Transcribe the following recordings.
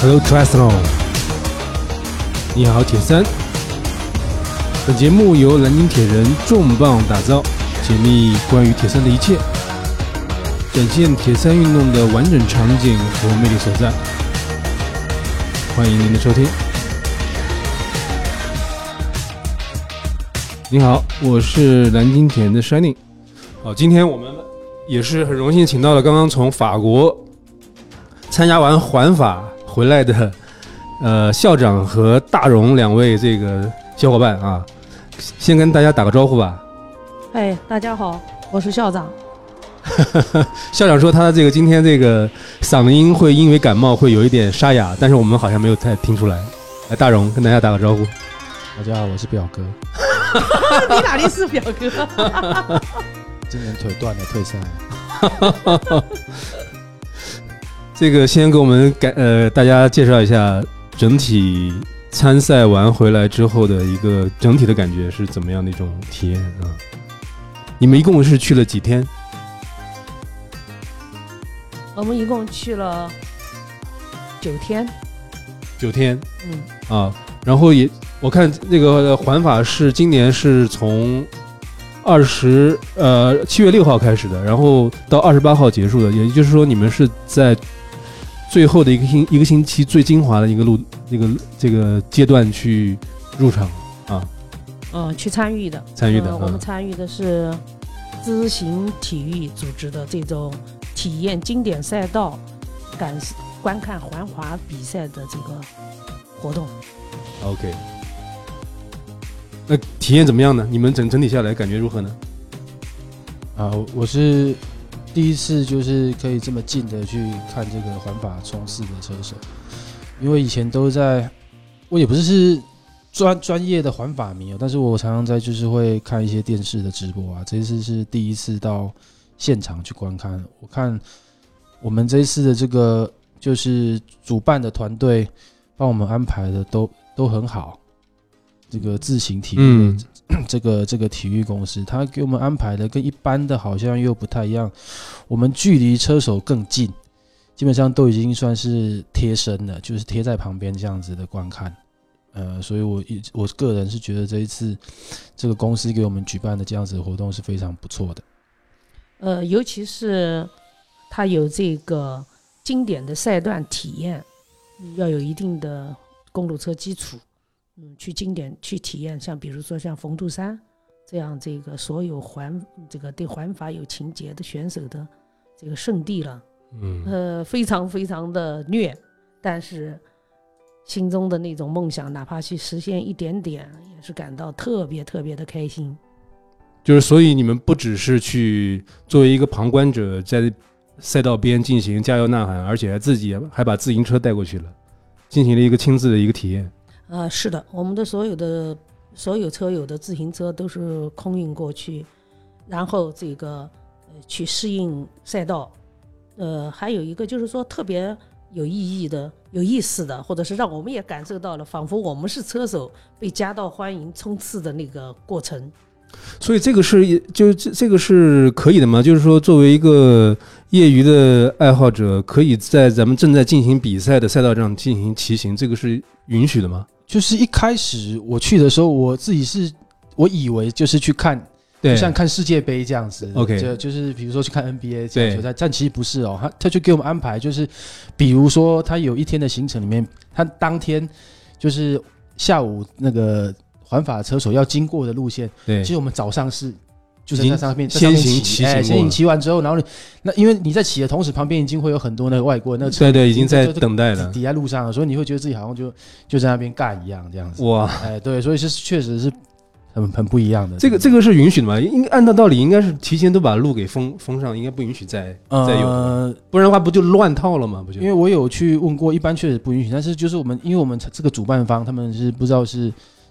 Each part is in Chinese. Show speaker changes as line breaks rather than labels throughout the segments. Hello Triathlon，你好铁三。本节目由南京铁人重磅打造，解密关于铁三的一切，展现铁三运动的完整场景和魅力所在。欢迎您的收听。你好，我是南京铁人的 Shining。好，今天我们也是很荣幸请到了刚刚从法国参加完环法回来的，呃，校长和大荣两位这个小伙伴啊，先跟大家打个招呼吧。
哎，大家好，我是校长。
校长说他的这个今天这个嗓音会因为感冒会有一点沙哑，但是我们好像没有太听出来。来，大荣跟大家打个招呼。
大家好，我是表哥，
你哪里是表哥？
今年腿断了，退赛了。
这个先给我们感呃大家介绍一下整体参赛完回来之后的一个整体的感觉是怎么样的一种体验啊？你们一共是去了几天？
我们一共去了九天，
九天
嗯，
啊。然后也我看那个环法是今年是从二十呃七月六号开始的，然后到二十八号结束的，也就是说你们是在最后的一个星一个星期最精华的一个路这个这个阶段去入场
呃，去参与的。
参与的
呃我
啊
们参与的是知行体育组织的这种体验经典赛道，感观看环华比赛的这个活动。
OK，那体验怎么样呢？你们整整体下来感觉如何呢？
啊、我我是第一次就是可以这么近的去看这个环法冲刺的车手，因为以前都在，我也不是是专专业的环法迷哦，但是我常常在就是会看一些电视的直播啊，这一次是第一次到现场去观看，我看我们这一次的这个就是主办的团队帮我们安排的都都很好。这个自行体育的
嗯
这个这个体育公司，他给我们安排的跟一般的好像又不太一样，我们距离车手更近，基本上都已经算是贴身了，就是贴在旁边这样子的观看。呃，所以我一我个人是觉得这一次这个公司给我们举办的这样子的活动是非常不错的。
呃，尤其是它有这个经典的赛段体验，嗯要有一定的公路车基础，嗯，去经典去体验，像比如说像冯杜山这样这个所有环这个对环法有情节的选手的这个圣地了，
嗯
呃，非常非常的虐，但是心中的那种梦想，哪怕去实现一点点，也是感到特别特别的开心。
就是所以你们不只是去作为一个旁观者在赛道边进行加油呐喊，而且还自己还把自行车带过去了，进行了一个亲自的一个体验。
呃，是的，我们的所有的所有车友的自行车都是空运过去，然后这个呃去适应赛道。呃，还有一个就是说特别有意义的、有意思的，或者是让我们也感受到了，仿佛我们是车手被夹道欢迎冲刺的那个过程。
所以这个是就这这个是可以的吗？就是说作为一个业余的爱好者，可以在咱们正在进行比赛的赛道上进行骑行，这个是允许的吗？
就是一开始我去的时候，我自己是我以为就是去看
对
就像看世界杯这样子
OK
就就是比如说去看 NBA 这
对
样球赛，但其实不是哦，他他就给我们安排，就是比如说他有一天的行程里面，他当天就是下午那个环法车手要经过的路线，
对
其实我们早上是。就是
已
在
经
那上面，在上
先
面
行骑
骑，哎
行
先
过
行
了
骑完之后，然后你那因为你在骑的同时，旁边已经会有很多那个外国人那个车
对对，已经在
就这个
等待了。
抵在路上了，所以你会觉得自己好像就就在那边干一样这样子。
哇，
哎，对，所以是确实是很很不一样的。
这个这个是允许的嘛？应按照道理应该是提前都把路给封封上，应该不允许再再有，
呃，
不然的话不就乱套了吗？不就
因为我有去问过，一般确实不允许，但是就是我们，因为我们这个主办方他们是不知道是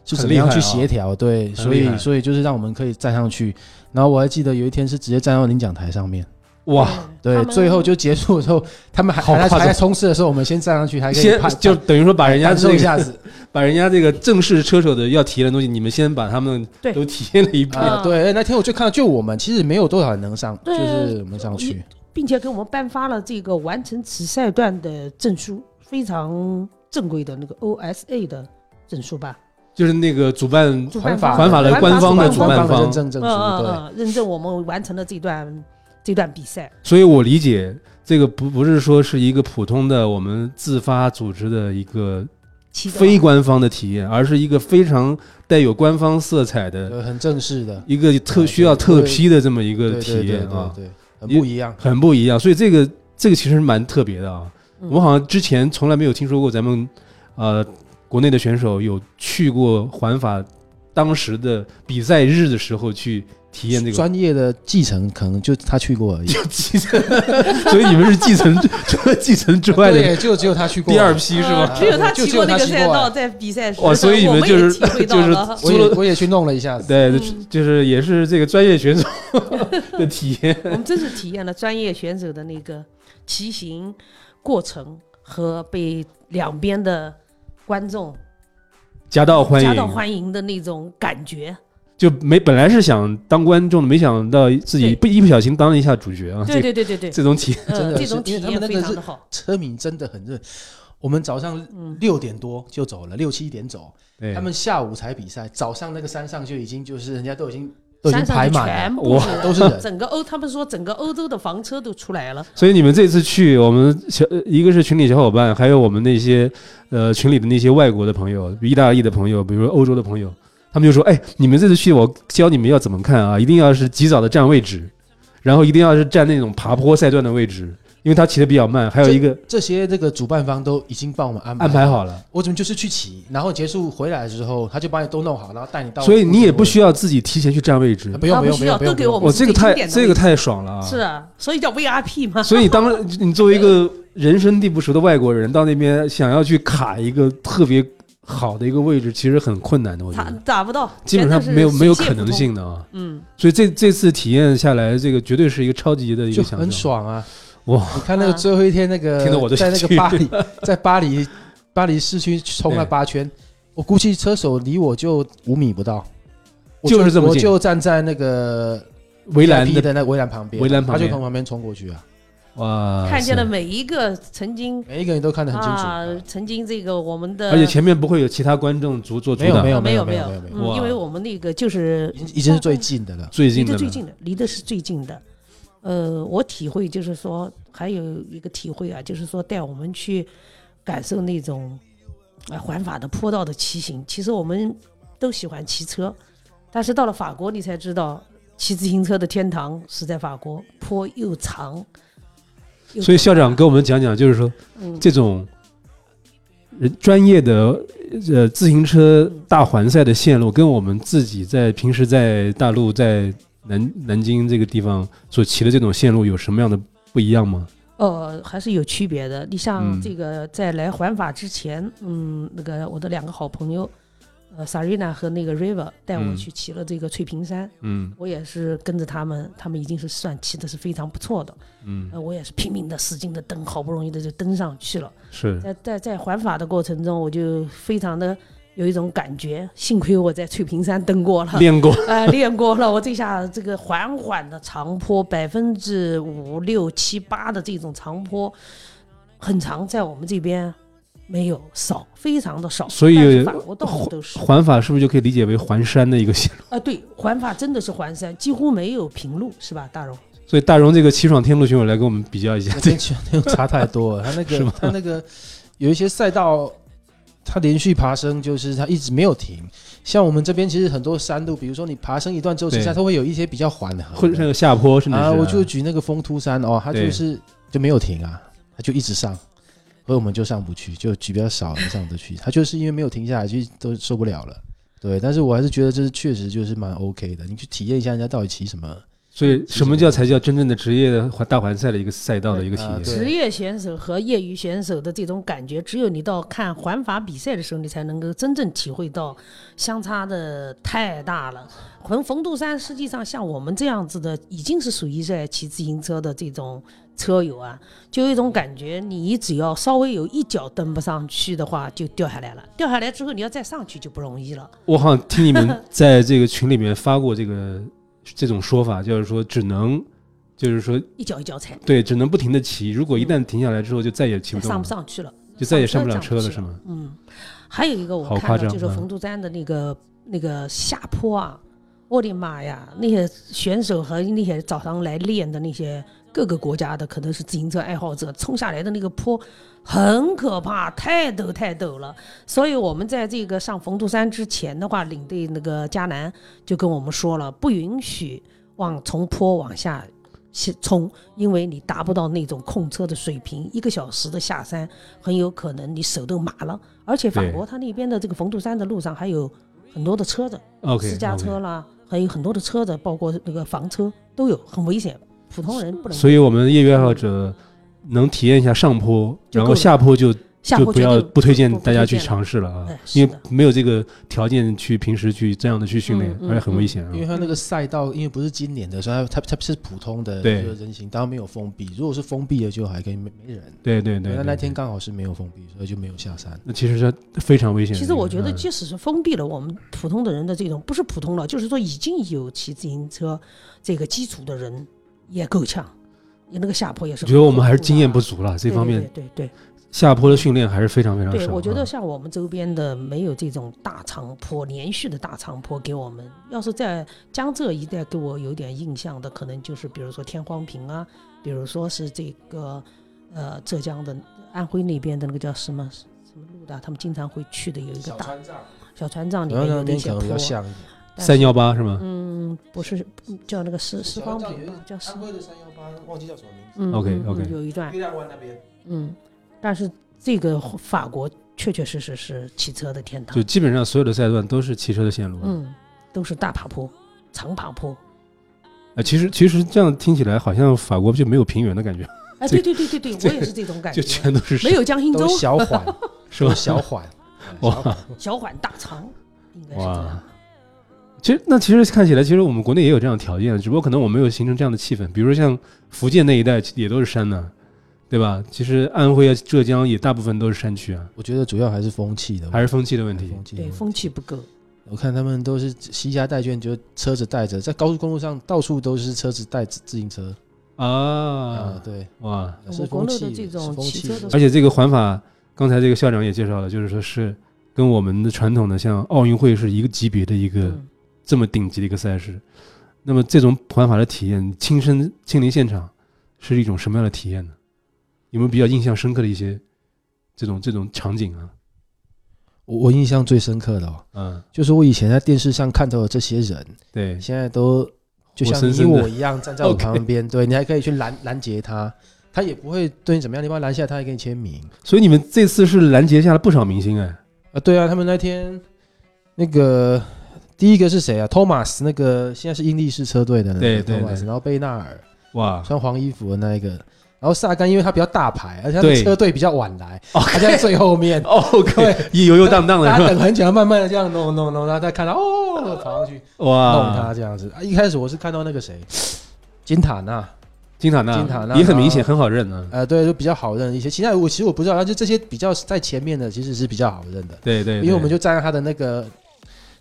是
很
怎么
厉害
样去
啊
协调，对，所
厉害
以所以就是让我们可以站上去。然后我还记得有一天是直接站到领奖台上面，
哇，
对嗯
对
他，们
最后就结束的时候，他们还
好
还在
夸张
还在冲刺的时候，我们嗯先站上去，还可以
先
拍
就等于说把人家
感受
这
一
个
下 子
把人家这个正式车手的要体验的东西，你们先把他们
对
都体验了一遍。
啊。对，那天我就看到，就我们其实没有多少人能上，就
嗯对嗯
是我们上去。
并且给我们颁发了这个完成此赛段的证书，非常正规的那个 OSA 的证书吧，
就是那个主办
主
环
办
法
方
环法的官方的主办
官方
方
的认证证
嗯
书，
嗯
对，
嗯，认证我们完成了这段这段比赛。
所以我理解这个不不是说是一个普通的我们自发组织的一个
其中
非官方的体验，而是一个非常带有官方色彩的
对，很正式的
一个特
对
需要特批的这么一
对
个
对
体
对
验
对
啊，
对，很不一样。
很不一样。所以这个这个其实蛮特别的啊，
嗯
我好像之前从来没有听说过咱们呃国内的选手有去过环法当时的比赛日的时候去体验这 个。
专业的继承可能就他去过而已，
继承， 所以你们是继承 除了继承之外的
对，就只有他去过
第二。批是
呃
吗？
只有他
就
骑
只有
过
他
那个
骑
赛
过哎
道，在比赛时，
哇所以你
我
们
们
就是
也体会到
就是
了
我也我也去弄了一下子，
对，
嗯
就是也是这个专业选手的体验。
我们真是体验了专业选手的那个骑行过程和被两边的观众
夹道欢
夹道
迎，
欢迎的那种感觉。
就没本来是想当观众的，没想到自己
对
不一不小心当了一下主角啊！这
对对对对对，
这种体验，
真
呃，
的
这
是
种体
因为他
验
们那
非
个
常
是
的好。
车迷真的很热。我们早上
嗯，
六点多就走了，六七点走，
对
他们下午才比赛，早上那个山上就已经就是人家都已经都已经
山
排
上就
满
全
了，
部
哇
是
都是人。
整个欧，他们说整个欧洲的房车都出来了。
所以你们这次去，我们小呃一个是群里小伙伴，还有我们那些呃群里的那些外国的朋友，比如意大利的朋友，比如说欧洲的朋友，他们就说：“哎，你们这次去，我教你们要怎么看啊，一定要是及早的占位置，然后一定要是占那种爬坡赛段的位置，因为他骑的比较慢。还有一
嗯
个
这些这个主办方都已经帮我们安排
安排好了，
我怎么就是去骑，然后结束回来的时候，他就把你都弄好，然后带你到。
所以你也不需要自己提前去占位置
啊，。不用
他
不
不
用
需
不用，
要
不用
都给我
我
们
这个
最经
太
典的
这个太爽了啊！
是啊，所以叫 VRP 嘛。
所以当你作为一个人生地不熟的外国人，到那边想要去卡一个特别好的一个位置，其实很困难的。我觉
打
得
打不到，
基本
全
上
都是
没有没有
水泄
可
不
能
通。
性的啊。
嗯，
所以这这次体验下来，这个绝对是一个超级的一
就
个享
很
受。
爽啊！
哇，
你看那个
啊
最后一天那个，
听得我都
在
想
那个
去
巴黎， 在巴黎巴黎市区冲了八圈，我估计车手离我就五米不到，我
就是这么
我
近
就站在那个
围栏
VIP
的
的那围栏旁边，
围栏旁边
他就从旁边冲过去啊，
哇，
看见了每一个曾经
每一个人都看得很清楚。
啊，曾经这个我们的
而且前面不会有其他观众阻做阻
没有
挡
没，有
啊没
有
没
有没有没有，
有哇
嗯，因为我们那个就是嗯
已经已经是最近的了。
最
离
近的
得
了
最近的，离的是最近的。呃，我体会就是说，还有一个体会啊，就是说带我们去感受那种啊环法的坡道的骑行。其实我们都喜欢骑车，但是到了法国，你才知道骑自行车的天堂是在法国，坡又长。又
所以校长跟我们讲讲，就是说
嗯，
这种人专业的呃自行车大环赛的线路，跟我们自己在平时在大陆在南南京这个地方所骑的这种线路有什么样的不一样吗？
呃，还是有区别的。你
嗯
像这个在来环法之前，嗯那个我的两个好朋友，呃，Sarina 和那个 River 带我
嗯
去骑了这个翠屏山，
嗯
我也是跟着他们，他们已经是算骑的是非常不错的，
嗯，
呃，我也是拼命的、使劲的蹬，好不容易的就蹬上去了。
是
在在在环法的过程中，我就非常的有一种感觉，幸亏我在翠屏山蹬过了，
练过，
呃，练过了，我这下这个缓缓的长坡， 百分之五六七八的这种长坡，很长，在我们这边没有少，非常的少。
所
但
以
是法国到处都是啊、
环法是不是就可以理解为环山的一个 线路？
呃对，环法真的是环山，几乎没有平路，是吧，大荣？
所以大荣这个骑爽天路选手来跟我们比较一下
那，
这
天气那个差太 多了，他那
是
个
吗
他那个有一些赛道，他连续爬升就是他一直没有停。像我们这边其实很多山路，比如说你爬升一段之后，
对
其实它都会有一些比较缓和
或者
的。
有下坡，甚至是
啊，我就举那个风突山哦，它
对
就是就没有停啊，它就一直上，所以我们就上不去，就举比较少的上不去。它就是因为没有停下来，就都受不了了。对，但是我还是觉得这是确实就是蛮 OK 的，你去体验一下人家到底骑什么。
所以什么叫才叫真正的职业的环大环赛的一个赛道的一个体
啊
验？
对
职业选手和业余选手的这种感觉，只有你到看环法比赛的时候，你才能够真正体会到，相差的太大了。横冯杜山实际上像我们这样子的，已经是属于在骑自行车的这种车友啊，就有一种感觉，你只要稍微有一脚蹬不上去的话，就掉下来了。掉下来之后，你要再上去就不容易了。
我好像听你们在这个群里面发过这个 这种说法，就是说只能，就是说
一脚一脚踩，
对，只能不停的骑，如果一旦停下来之后，就再也骑
再
不动
上
了
不。上去了。
就再也上不了
上
车
车
了，
上
是
不
吗？
嗯，还有一个
好
我
夸
看到
张
就是
嗯
冯都丹的那个那个下坡啊，我的妈呀！那些选手和那些早上来练的那些各个国家的，可能是自行车爱好者，冲下来的那个坡很可怕，太陡太陡了。所以我们在这个上冯都山之前的话，领队那个迦南就跟我们说了，不允许往从坡往下去冲，因为你达不到那种控车的水平，一个小时的下山，很有可能你手都麻了。而且法
对
国它那边的这个冯都山的路上还有很多的车子，
OK，
私家车啦，还有很多的车子，包括那个房车都有，很危险，普通人不能。
所以我们业余爱好者能体验一下上坡，
就够了
然后下坡就
下
就
坡
不
绝
要
对
不推荐大家去
不推荐了
尝试了啊
哎，是
因
的
为没有这个条件去平时去这样的去训练，
嗯嗯
而且很危险啊
因。为它那个赛道，因为不是今年的，所以它它它是普通的，
对
就是人行道没有封闭。如果是封闭的，就还可以没没人。
对对对，
那
对
那天刚好是没有封闭，所以就没有下山。
那其实它非常危险的。
其实我觉得，
嗯
即使是封闭了我们普通的人的这种，不是普通了，就是说已经有骑自行车这个基础的人，也够呛，也那个下坡也是
我
很
觉
恐怖的啊。
得我们还是经验不足了，这
对
方面
对对对
下坡的训练还是非常非常
对
少
对，
啊。
我觉得像我们周边的没有这种大长坡，连续的大长坡给我们。要是在江浙一带给我有点印象的，可能就是比如说天荒坪啊，比如说是这个呃浙江的安徽那边的那个叫什么什么路的啊，他们经常会去的有一个大小川藏里
然后
面有
那
那
边
些
可能
坡
比较。像一点，
但
三
是
幺八是吗
嗯，不是嗯叫那个石石方坪吧，叫石。
徽的三幺八，忘记叫什么名字。
嗯
OK，OK
嗯嗯有一段，
亮湾那边，
嗯，但是这个法国确确实实是骑车的天堂
就，基本上所有的赛段都是骑车的线路。
嗯，都是大爬坡、长爬坡。
啊，其实其实这样听起来好像法国就没有平原的感觉，
哎，
这
对对对对对，我也是这种感
就
觉，
全都是
没有江心洲
都，小缓，
是吧
都？小缓。
哇
小缓
小缓大长，应该是这
哇
样。，
其实那其实看起来，其实我们国内也有这样的条件，只不过可能我没有形成这样的气氛。比如说像福建那一带也都是山呢、对吧？其实安徽啊、浙江也大部分都是山区啊，
我觉得主要还是风气的问题，
还是风气的问题。
风气的
对，
问题。
风气不够，
我看他们都是西家带眷，就车子带着，在高速公路上到处都是车子带自自行车啊
嗯
啊，，
对，
哇！
我
是
们国
风
内的
气，
这
是
种
风
骑
气
车
的
的
问题。
而且这个环法，刚才这个校长也介绍了，就是说是跟我们的传统的像奥运会是一个级别的一个
嗯，
这么顶级的一个赛事。那么这种环法的体验，亲身亲临现场是一种什么样的体验呢？有没有比较印象深刻的一些这种这种场景啊？
我我印象最深刻的哦，
嗯，
就是我以前在电视上看到的这些人，
对，
现在都就
活
像
生
你
生的
我一样站在我
OK
旁边，对你还可以去拦拦截他，他也不会对你怎么样，你把他拦下，他还给你签名
所以你们这次是拦截下了不少明星哎，
啊。对啊，他们那天那个第一个是谁啊？Thomas 那个现在是英力士车队的那个
对对对
Thomas，然后贝纳尔
哇，
穿黄衣服的那一个，然后萨甘因为他比较大牌，而且他的
对
车队比较晚 来，
哦，
他在最后面
哦，
对，
一游游荡荡的
大
是
家
吧？
等很久，慢慢的这样弄弄弄，然后再看到哦，跑上去。弄他
哇，
这样子。啊，一开始我是看到那个谁，金塔纳，
金塔纳
金塔纳
也很明显，很好认啊。
呃，对，就比较好认一些。其他我其实我不知道，但就这些比较在前面的其实是比较好认的，
对对，对
因为我们就站在他的那个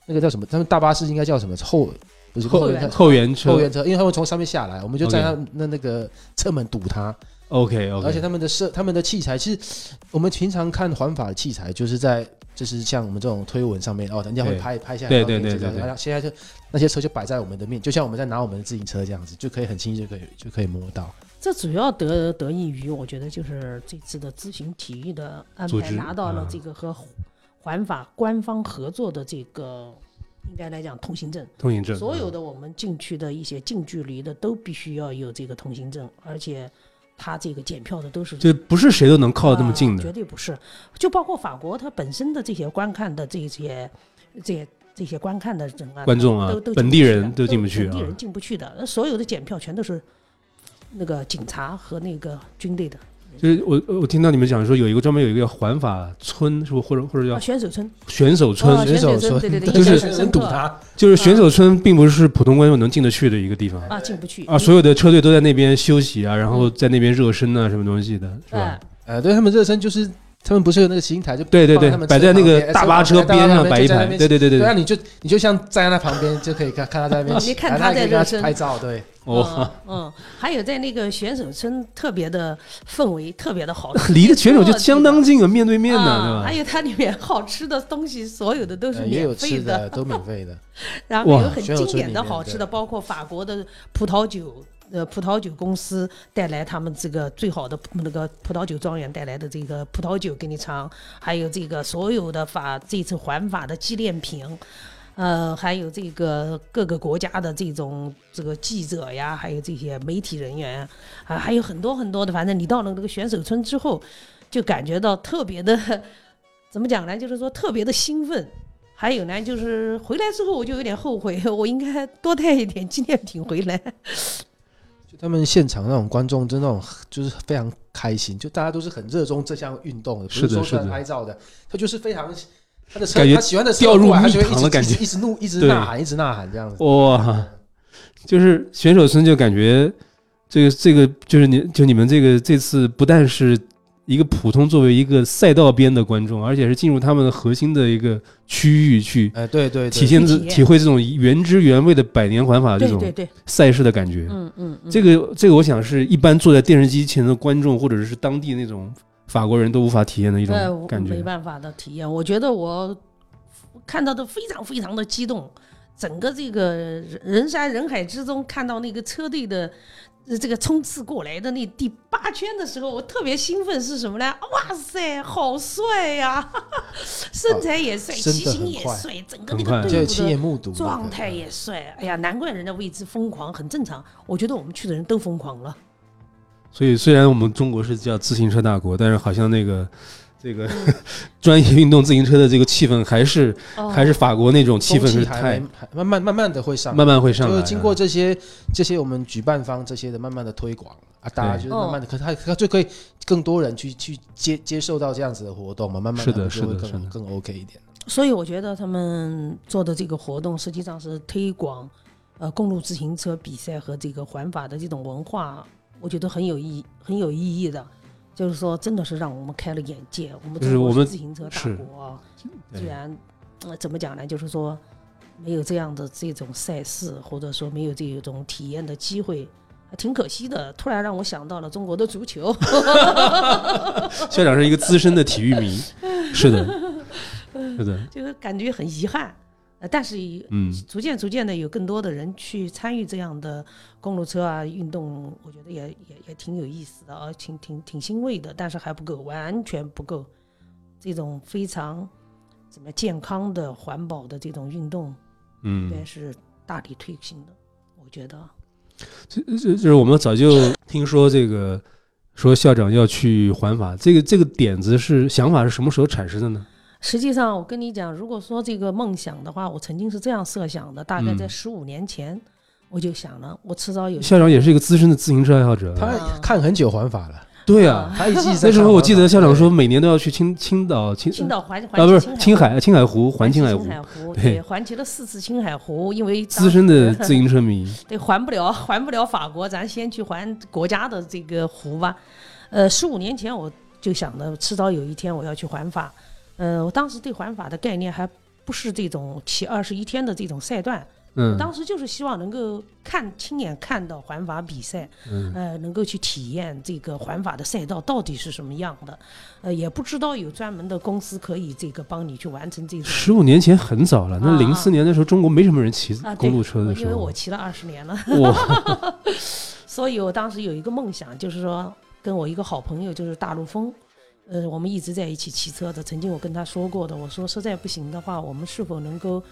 那个叫什么，他们大巴士应该叫什么后不是
后
援
援
车
后援车
后援车，因为他们从上面下来，我们就站在那那个侧门堵他，
，OK
而且
OK，
他们的设他们的器材，其实我们平常看环法的器材就是在。就是像我们这种推文上面哦，人家会
对
拍拍下来，
对
然后
对
给你
对
知道
对对
然后现在就那些车就摆在我们的面，就像我们在拿我们的自行车这样子，就可以很轻易就可以就可以摸到。
这主要得得益于我觉得就是这次的咨询体育的安
组
排，
织
拿到了
啊
这个和环法官方合作的这个应该来讲通行证。
通行证，
所有
的
的我们进去的一些近距离的都必须要有这个通行证，而且他这个检票的都是
啊就不是谁都能靠得那么
啊
近的
绝，对不是。就包括法国，它本身的这些观看的这些这些这些观看的人啊，
观众啊
都都进不去的
本地人都进不去啊
本地人进不去的，那所有的检票全都是那个警察和那个军队的
就是我我听到你们讲说有一个专门有一个环法村，是不是或者或者
啊，
叫
选手村，
选手
啊
村？
选手村
村
对对对
就
就是是
选手村
堵他，
就是选手村并不是普通观众能进得去的一个地方
啊，进不去
啊，所有的车队都在那边休息啊，然后在那边热身啊，什么东西的，是吧
哎？
呃，对他们热身就是他们不是有那个骑行台，就
对对对
放他，们
摆在那个
车旁边
大巴车边上摆一排，对
对
对对
对，
对
那，你就你就像站在那旁边就可以看看他在那边骑，
你看
然后
他
也
在
可以跟
热身
拍照，对，
哦，
嗯，嗯，还有在那个选手村特别的氛围特别的好，
离的选手就相当近啊，面对面
啊
呢，对
还
吧？
有它里面好吃的东西，所有的都是
呃也有
免费
吃的，都免费的。
然后有
哇
很
选手
经
村
典
里
的
面
好吃
对
的，包括法国的葡萄酒，呃，葡萄酒公司带来他们这个最好的那个葡萄酒庄园带来的这个葡萄酒给你尝，还有这个所有的法这次环法的纪念品。呃，还有这个各个国家的这种这个记者呀，还有这些媒体人员啊、还有很多很多的，反正你到了那个选手村之后，就感觉到特别的， 怎么讲呢？就是说特别的兴奋，还有呢，就是回来之后我就有点后悔， 我应该多带一点 纪念品回来。
就他们现场那种观众，真的那种就是非常开心，就大家都是很热衷这项运动的，不
是的
说
是的
出来拍照的，他就是非常他的车，
感觉
他喜欢的车
掉入
过来他就会
蜜糖的感觉
一直一直怒，一直
对
呐喊，一直呐喊这样子。
哇，就是选手村就感觉这个这个就是你就你们这个这次不但是一个普通作为一个赛道边的观众，而且是进入他们的核心的一个区域去
哎，对对
体
对，
现自
去体验
体会这种原汁原味的百年环啊法这
对
种
对对，
赛事的感觉。
嗯嗯嗯，
这个这个，我想是一般坐在电视机前的观众或者是当地那种法国人都无法体验的一
呃
种
我
感
没
觉。
办法的体验。我觉得我看到的非常非常的激动，整个这个人人山人海之中看到那个车队的。呃这个冲刺过来的那第八圈的时候，我特别兴奋是什么呢？哇塞，好帅呀、 身材也帅，
啊
骑
真的
行
很
也
快
帅，整个那
很快
个队
就
伍
亲
的
眼目睹
状态也帅，哎呀，难怪人家为之疯狂，很正常。我觉得我们去的人都疯狂了，
所以虽然我们中国是叫自行车大国，但是好像那个这个 专业运动自行车的这个气氛还是
哦
还是法国那种气氛是
是还
太
没还慢慢慢慢的会上来，
慢慢会上
就
来
是
的。
经过这些这些我们举办方这些的慢慢的推广啊，大家就是慢慢的，可他他就可以更多人去去接接受到这样子的活动嘛，慢慢
是
地
的
就
是的
会
是
更
的
更 OK 一点。
所以我觉得他们做的这个活动实际上是推广呃公路自行车比赛和这个环法的这种文化，我觉得很有意很有意义的。就是说，真的是让我们开了眼界。我们
就是
中国
我们
自行车大
是
国啊，
对
居然、呃、怎么讲呢？就是说，没有这样的这种赛事，或者说没有这种体验的机会，还挺可惜的。突然让我想到了中国的足球。
校长是一个资深的体育 迷，是的，是的，
就是感觉很遗憾。呃，但是也
嗯
逐渐逐渐的有更多的人去参与这样的公路车啊运动，我觉得也也也挺有意思的啊，挺挺挺欣慰的，但是还不够，完全不够。这种非常怎么健康的、环保的这种运动，应
嗯，
该是大力推行的，我觉得。啊
这这就是我们早就听说这个，说校长要去环法，这个这个点子是想法是什么时候产生的呢？
实际上，我跟你讲，如果说这个梦想的话，我曾经是这样设想的，大概在
嗯
十五年前，我就想了，我迟早有一
校长也是一个资深的自行车爱好者，啊
他看很久环法了，
对啊，
他一季
那时候我记得校长说每年都要去青青岛青
青岛环环
啊
起
不是青海青海湖环
环
青
青
海湖
湖，， 湖
对
对，环起了四次青海湖，因为当
资深的 自行车迷，
对环不了，环不了法国，咱先去环国家的这个湖吧。呃，十五年前我就想着，迟早有一天我要去环法。呃，我当时对环法的概念还不是这种骑二十一天的这种赛段，
嗯
当时就是希望能够看亲眼看到环法比赛，
嗯
呃，能够去体验这个环法的赛道到底是什么样的。呃，也不知道有专门的公司可以这个帮你去完成这种。
十五年前很早了，那
啊
零四年的时候，中国没什么人骑
啊，对
公路车的时
因为
候
我，骑了二十年了，
哇，
所以我当时有一个梦想，就是说跟我一个好朋友，就是大陆风，呃，我们一直在一起骑车的。曾经我跟他说过的，我说实在不行的话，我们是否能够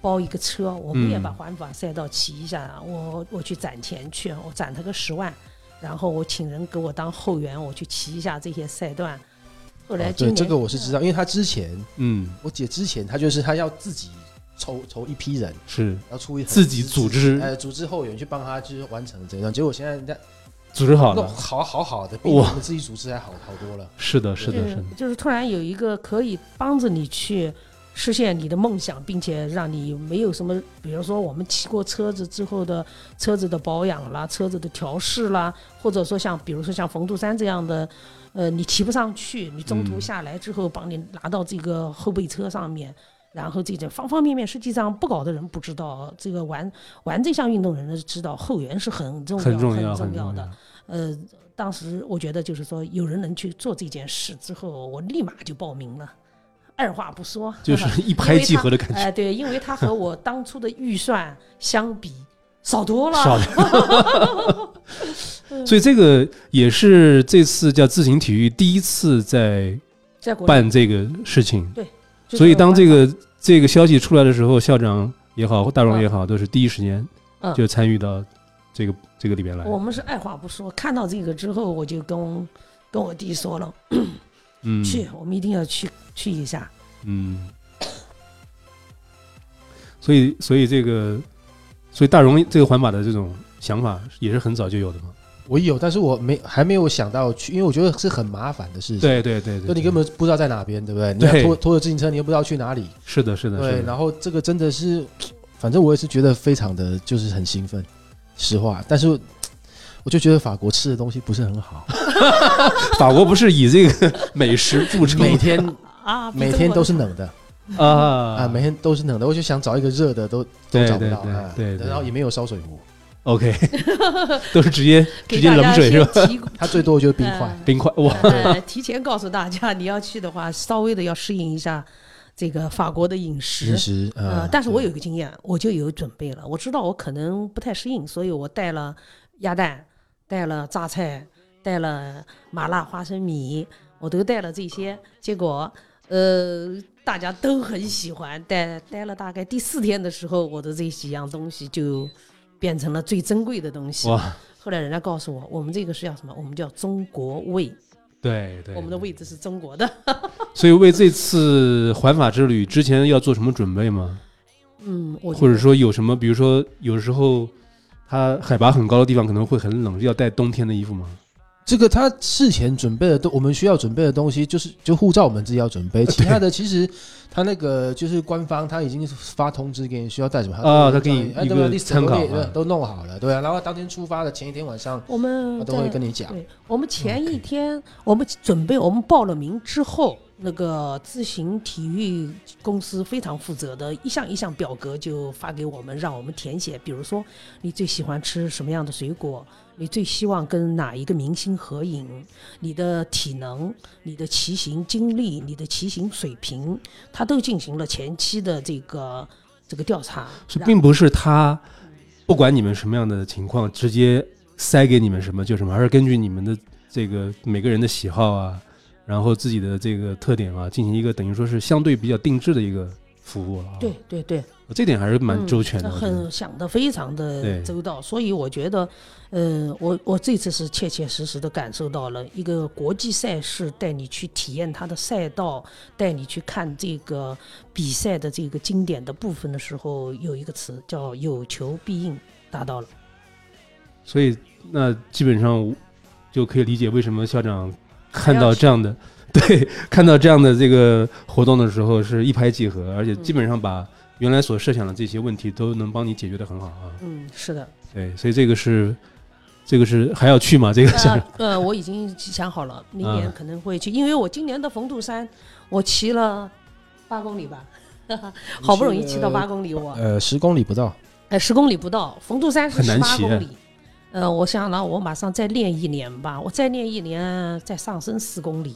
包一个车，我们也
嗯
把环法赛道骑一下啊？我我去攒钱去，我攒他个十万，然后我请人给我当后援，我去骑一下这些赛段。后来今
哦对
年、
这个我是知道，因为他之前
嗯，
我姐之前她就是她要自己筹筹一批人，
是
然后出一
自己组织
呃组织后援去帮她就是完成这一段，结果现在人家
组织好
弄
了，
好好好的，比
哇
我们自己组织还好好多了。
是的，是
就
的，是
是
的，
就是突然有一个可以帮着你去实现你的梦想，并且让你没有什么，比如说我们骑过车子之后的车子的保养啦、车子的调试啦，或者说像比如说像冯杜山这样的，呃，你骑不上去，你中途
嗯
下来之后帮你拿到这个后备车上面，然后这种方方面面，实际上不搞的人不知道，这个玩玩这项运动的人知道后援是很重要、
很重
要、
要，
很
很重
的。
要。
呃，当时我觉得就是说，有人能去做这件事之后，我立马就报名了，二话不说，
就是一拍即合的感
哎、
觉，
对，因为他和我当初的预算相比少多了，嗯
少了。 所以这个也是这次叫自行体育第一次在
在 国内
办这个事情，
就是
所以当这
玩
个这个消息出来的时候，校长也好，大壮也好，都是第一时间
嗯
就参与到这个这个里边来
法。我们是二话不说，看到这个之后，我就跟跟我弟说了，
嗯，
去，我们一定要去去一下。
嗯，所以所以这个，所以大荣这个环法的这种想法也是很早就有的嘛。
我有，但是我没还没有想到去，因为我觉得是很麻烦的事情。，
对对对对，
就你根本不知道在哪边，对不对？你
对
要拖拖着自行车，你又不知道去哪里。
是的是的
对，
是的，
然后这个真的是，反正我也是觉得非常的，就是很兴奋，实话。但是我就觉得法国吃的东西不是很 好，
法国不是以这个美食著称
每天
啊，比
每
中
天
国
都是冷的
啊
啊，每天都是冷的，我就想找一个热的都都
对
找不
对
到
对
啊，
对对
然后也没有烧水壶，
OK，都是直接直
给
接
大
冷
家
水
先
是吧？
提
它最多就是冰块。
呃
冰块哇，
呃，提前告诉大家，你要去的话，稍微的要适应一下这个法国的饮食。
饮食
呃
嗯
啊，，
但是我有一个经验，我就有准备了。我知道我可能不太适应，所以我带了鸭蛋，带了榨菜，带了麻辣花生米，我都带了这些。结果，呃，大家都很喜欢。待待了大概第四天的时候，我的这几样东西就变成了最珍贵的东西。
哇，
后来人家告诉我，我们这个是叫什么？我们叫中国味。
对对，
我们的位置是中国的。
所以为这次环法之旅之前要做什么准备吗？
嗯，我觉
或者
得
说有什么，比如说有时候它海拔很高的地方可能会很冷，要带冬天的衣服吗？
这个他事前准备的都，我们需要准备的东西就是就护照我们自己要准备，
呃
其他的其实他那个就是官方他已经发通知给你需要带什么
啊
都
他给你
哎
一
对不对
个
list
参考
都给
啊
都弄好了，对啊，然后当天出发的前一天晚上
我们
他
在
都啊会跟你讲，
嗯对，我们前一天我们准备，我们报了名之后，那个自行体育公司非常负责的，一项一项表格就发给我们，让我们填写。比如说，你最喜欢吃什么样的水果？你最希望跟哪一个明星合影？你的体能、你的骑行经历、你的骑行水平，他都进行了前期的这个这个调查。
所以
然
并不是他不管你们什么样的情况，直接塞给你们什么就什么，而是根据你们的这个每个人的喜好啊，然后自己的这个特点啊，进行一个等于说是相对比较定制的一个服务了、啊。
对，对对，
这点还是蛮周全的。
嗯
我觉得
很想的非常的
对
周到，所以我觉得，呃，我我这次是切切实实的感受到了一个国际赛事带你去体验它的赛道，带你去看这个比赛的这个经典的部分的时候，有一个词叫有求必应，达到了。
所以那基本上就可以理解为什么校长看到这样
嗯
的， 对，看到这样的这个活动的时候是一拍即合，而且基本上把原来所设想的这些问题都能帮你解决的很好啊。
嗯，是 的，
对，所以这个是这个是还要去吗？这个是、
呃，呃，我已经想好了，明年
嗯
可能会去，因为我今年的冯杜山，我骑了八公里吧，好不容易骑到八公里，我
呃十公里不到，
呃，十公里不到，冯杜山是
很
十
难
八
骑啊
公里。呃，我想呢，我马上再练一年吧，我再练一年，再上升四公里，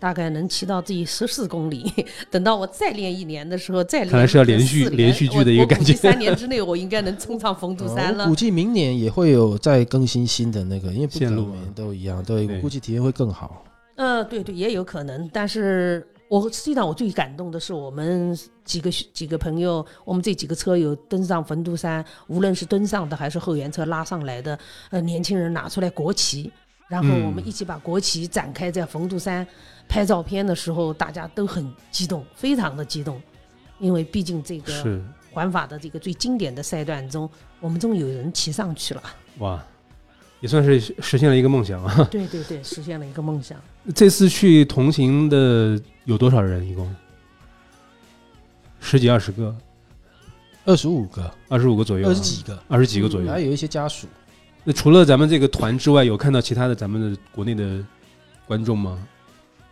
大概能骑到第十四公里。 等到我再练一年的时候，再练
看来是要
一年
连续
四年
连续剧
我
的一个
我估
感觉哦
计三年之内，我应该能冲上冯杜山
呃
了
我。估计明年也会有再更新新的那个，因为不可
线路
能
啊
每年都一样，对
对
我估计体验会更好。
呃，对对，也有可能。但是我实际上我最感动的是，我们几个几个朋友，我们这几个车友登上冯都山，无论是登上的还是后援车拉上来的，呃，年轻人拿出来国旗，然后我们
嗯
一起把国旗展开在冯都山拍照片的时候，大家都很激动，非常的激动，因为毕竟这个
是
环法的这个最经典的赛段中，我们终于有人骑上去了。
哇，也算是实现了一个梦想啊。
对对对，实现了一个梦想。
这次去同行的有多少人一共？十几二十个、
二十五个，
二十五个左右
二
啊，
十几个，
二十几个左右
嗯
还。有一些家属，
那除了咱们这个团之外，有看到其他的咱们的国内的观众吗？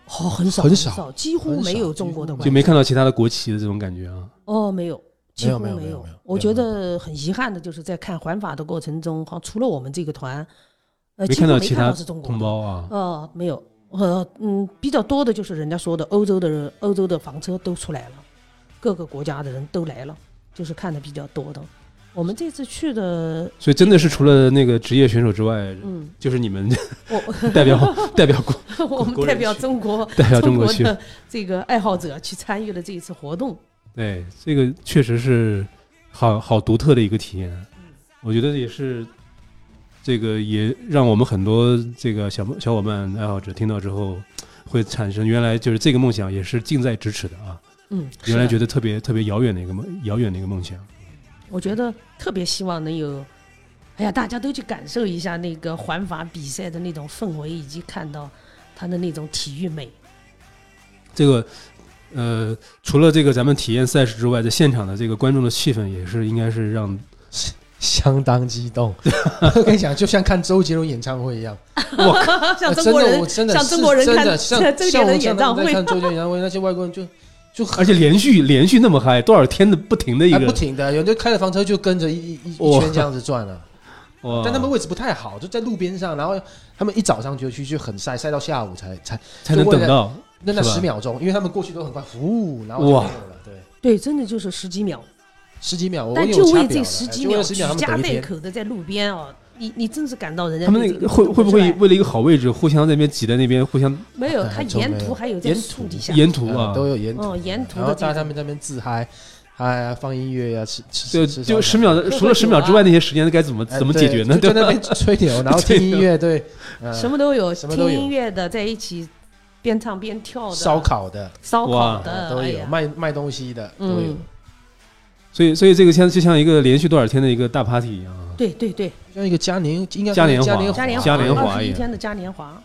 哦，很少
很少
少，几乎
很
没
少
有
几
中
乎
国的
没
就
观众
没看到其他的国旗的这种感觉啊。
哦，没有，几
没有
乎
没有没有
有
没有。
我
没有
觉
没有
得很遗憾的就是在看环法的过程中，好像除了我们这个团，呃，
没
几
看
乎
到
没
其
看
他
到是
嗯
中国
同
的。
胞啊，
呃，没有，呃，嗯，比较多的就是人家说的欧洲的人，欧洲的房车都出来了，各个国家的人都来了，就是看的比较多的。我们这次去的，
所以真的是除了那个职业选手之外，
嗯，
就是你们
我
代表代表国
我们
国
代
人
表
去
中国
代表中国
国
去。
的这个爱好者去参与了这一次活动。
对，这个确实是好好独特的一个体验，
嗯
我觉得也是这个也让我们很多这个小小伙伴爱好者听到之后，会产生原来就是这个梦想也是近在咫尺的啊，
嗯，是
原来
的
觉得特别特别遥远的一个梦遥远的一个梦想。
我觉得特别希望能有，哎呀，大家都去感受一下那个环法比赛的那种氛围，以及看到它的那种体育美。
这个呃，除了这个咱们体验赛事之外，在现场的这个观众的气氛也是应该是 让
相当激动。 我跟你讲，就像看周杰伦演唱会一样，
像
呃
中国
真的，
人
我，真的
像
是
中国人
真
看
的像
周杰
像我
伦
像
演
他们
唱
在
会
看周杰伦演唱会，那些外国人就就很
而且连续连续那么嗨，多少天的不停的一
还哎不
个，
停的，有人就开着房车就跟着一一一
哇
一圈这样子转了、
哇
但他们位置不太好，就在路边上，然后他们一早上就去，就很晒，晒到下午才才
才能
就为了
等到
那那
是吧
十秒钟，因为他们过去都很快，呼，然后就
哇
没有了，对，
对，真的就是十几秒，
十几秒，我
但
我有
就
掐
为
表
这
了
十
哎
几
就为
秒，
了十
举
秒，他们
家
等一
带
天，
口的在路边哦，你你真是感到人家
他们
对
那
这
个会
运动
会不
之
会
外
为了一个好位置，互相在那边挤在那边互相
没有？
哎
他
还真
沿
没
途
有
还有在
沿
树
途
底下，
沿途啊
呃，都有沿途
哦，，沿途
然后
的
大家
这
他
种
们在那边自嗨，嗨啊，放音乐呀、吃
就
吃吃
就
烧
十
烤
秒
喝
的，
喝
除了十秒
酒啊
之外那些时间该怎么
哎
怎么解决呢？
对
对
就在
吧？
那边吹牛，然后听
对
音 乐，对，呃
什么都有，
什么都
听
有
音乐的，在一起边唱边跳的，
烧烤的
烧
哇
烤
呃
的
都
哎
有，
呀
卖卖东西的都有
嗯，，
所以所以这个像就像一个连续多少天的一个大 party 一样啊。
对对对，
像一个嘉年应该
嘉年华
嘉年
嘉
年
年
华嘉年华
二十
也
一天的嘉年华，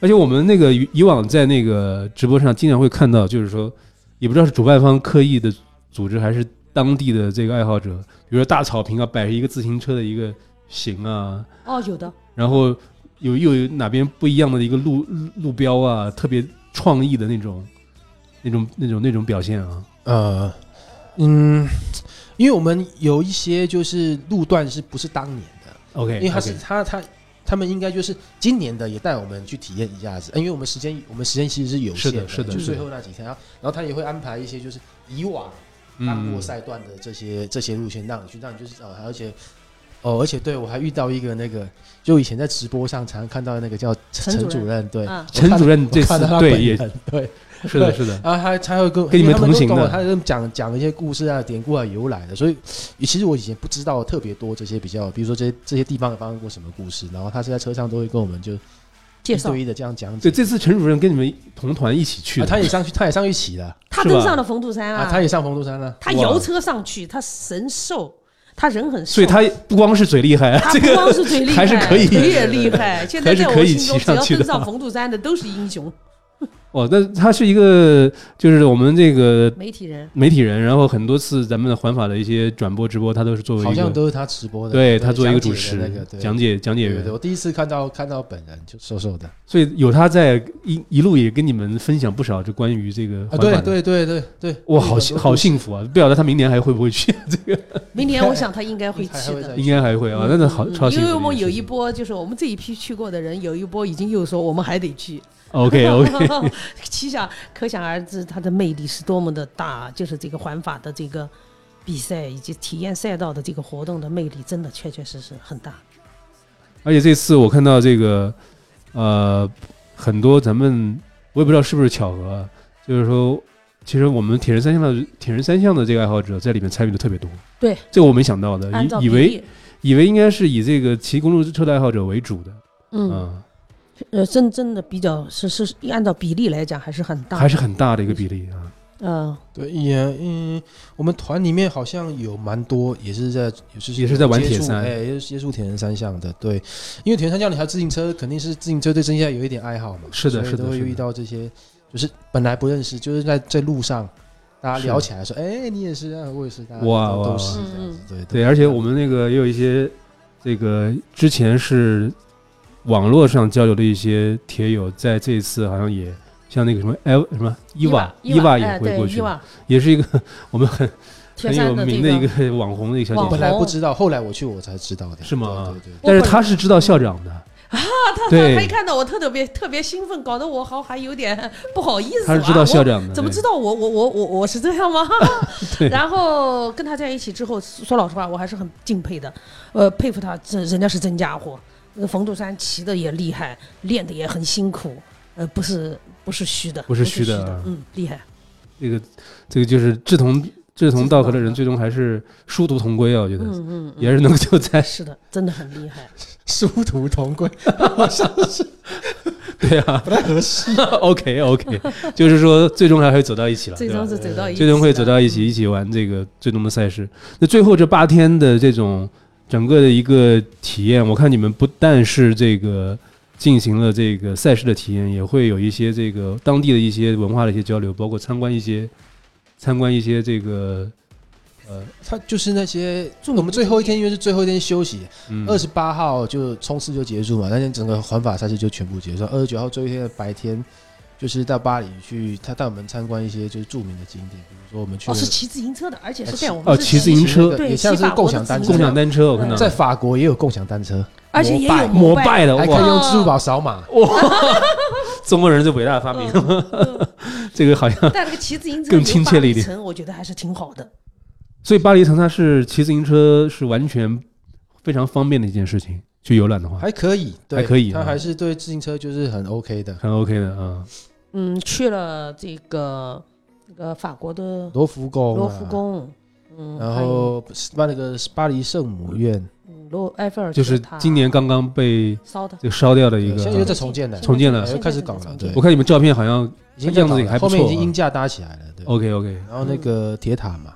而且我们那个以以往在那个直播上经常会看到，就是说，也不知道是主办方刻意的组织，还是当地的这个爱好者，比如说大草坪啊，摆一个自行车的一个形啊，
哦，有的，
然后有又有哪边不一样的一个路路路标啊，特别创意的那种，那种那种那种表现啊，
呃，嗯，因为我们有一些就是路段是不是当年的，
哎 OK，
因为它是它它他们应该就是今年的也带我们去体验一下子，因为我们时间我们时间其实是有限
是的是的
就是最
的
后那几天，然后然后他也会安排一些就是以往当
嗯
过，赛段的这些这些路线让你去，让你就是哦，而且哦，而且对我还遇到一个那个，就以前在直播上常看到的那个叫
陈
陈
主任
主任，对，
嗯，
陈主任
我
这次
看到他
对
本
也
人对，
是的，是的，
啊，他他会跟
跟你们
因为他
同行的
都懂我他就讲讲一些故事啊、典故啊、由来的，所以其实我以前不知道特别多这些比较，比如说这些这些地方发生过什么故事，然后他是在车上都会跟我们就一
介绍
对一的这样讲解。
对，这次陈主任跟你们同团一起去
啊
的，
他也上去，他也上去骑了
他
是
登
吧
上了冯杜山
啊，他
啊，
也上丰都山了。
他摇车上去，他神瘦，他人很瘦，
所以他不光是嘴厉害，
他
这
不
个
光是嘴厉害，
还是可以
腿也 厉害。现在
还是
在我
可以骑
心中，只
上
要
去的
登上冯杜山的都是英雄
哦，那他是一个就是我们这个
媒体人。
媒体人，然后很多次咱们的环法的一些转播直播，他都是作为一个
好像都是他直播的，
对他作为一个主
讲解
持
的那个对
讲解讲解
对对
员
对，，我第一次看到看到本人就瘦瘦的啊
所以有他在一一路也跟你们分享不少就关于这个
啊，
环
对
法的。
对对对对，
哇，好幸好幸福啊！不晓得他明年还会不会去，这个
明年我想他应该会
还
去
还会
的
再。
应该还会啊，那那好
嗯
超幸福的件事
因
情。
为我们有一波，就是我们这一批去过的人，有一波已经又说我们还 得去。
OK OK，
其想可想而知，它的魅力是多么的大，就是这个环法的这个比赛以及体验赛道的这个活动的魅力，真的确确实实很大。
而且这次我看到这个，呃，很多咱们我也不知道是不是巧合啊，就是说，其实我们铁人三项的铁人三项的这个爱好者在里面参与的特别多。
对，
这个我没想到的
按，照
以以
比
为
例，
以为应该是以这个骑公路车的爱好者为主的，
嗯，
啊，
呃，真正的比较是是按照比例来讲还是很大，
还是很大的一个比例啊。
嗯，
对，也嗯，我们团里面好像有蛮多也是在，也是
也是在玩
接
铁
触
三
哎，也是接触铁人三项的。对，因为铁人三项你还有自行车，肯定是自行车对自行车有一点爱好嘛，
是的
所
是
以
的
都会
是的
遇到这些，就是本来不认识，就是在在路上，大家聊起来说，哎，你也是啊，我也是，大家
哇
都
哇嗯
都是
哇
这样子，对
对，而且我们那个也有一些这个之前是网络上交流的一些铁友，在这一次好像也像那个什么艾什么伊娃，伊
娃
娃也
哎
会
对
过去
伊，娃
也是一个 我 们很
铁
很有
山的
名
这
的 一个 网红的一个小
我
姐
网
姐
红，
本来不知道，后来我去我才知道的，
是吗
对对对，
我
但是
本
她是知道校长的，
啊，他
对
他他一看到我特特别特别兴奋，搞得我好还有点 不好意思、啊。
她是知道校
我
长的，
怎么
对
知道我我我我我是 这样吗
对？
然后跟他在一起之后，说老实话，我还是很敬佩的，呃，佩服他，这人家是真家伙。那个冯杜山骑的也厉害，练的也很辛苦，呃，不是不是虚的，
不
不
是虚
虚
的啊
嗯，厉害。
这个这个就是志同志同道合的人，最终还是殊途同归啊！我觉得、
嗯嗯
也是能够就在
嗯，是的，真的很厉害。
殊途同归，
对啊
不太合适。
，OK OK，就是说最终还会走到一起了，
最
对吧
终是走到一起的，
最终会走到一起，一起玩这个最终的赛事。那最后这八天的这种整个的一个体验，我看你们不但是这个进行了这个赛事的体验，也会有一些这个当地的一些文化的一些交流，包括参观一些参观一些这个呃
他就是那些，我们最后一天因为是最后一天休息，
嗯
二十八号就冲刺就结束嘛，那天整个环法赛事就全部结束。二十九号最后一天的白天，就是到巴黎去，他带我们参观一些就是著名的景点，比如说我们去
哦，
了
是骑自行车的，而且是
呃
带我
哦
们是
骑自行车
那个
对
也像是
骑法国
共
的
享单
自
车
行
共享单车，我看
嗯
到
在法国也有共享单车，
而且也有
摩拜的
还可以
哦哇。
用支付宝扫码。
中国人最伟大的发明，
嗯
这个好像，
带了个骑自行车，
更亲切了一点
有巴黎城我觉得还是挺好的。
所以巴黎城它是骑自行车是完全非常方便的一件事情，去游览的话
还可以，对，
还可以
他
啊
还是对自行车就是很 OK 的。
很 OK 的啊。
嗯，去了这个那个法国的
罗浮宫、啊
罗
啊
浮，宫，嗯，
然
还有
后巴那个巴黎圣母院，
嗯罗埃菲尔铁
就
塔
是今年刚刚被
烧的
这个烧掉的哎一
对现在又在
个。
重建了，
重建了
现在
开始搞了
重
对
建
我看你们照片好像
已经
这样子也还不
后面已
错
经
啊
鹰架搭起来了，对。
OK OK，
然后那个铁塔嘛，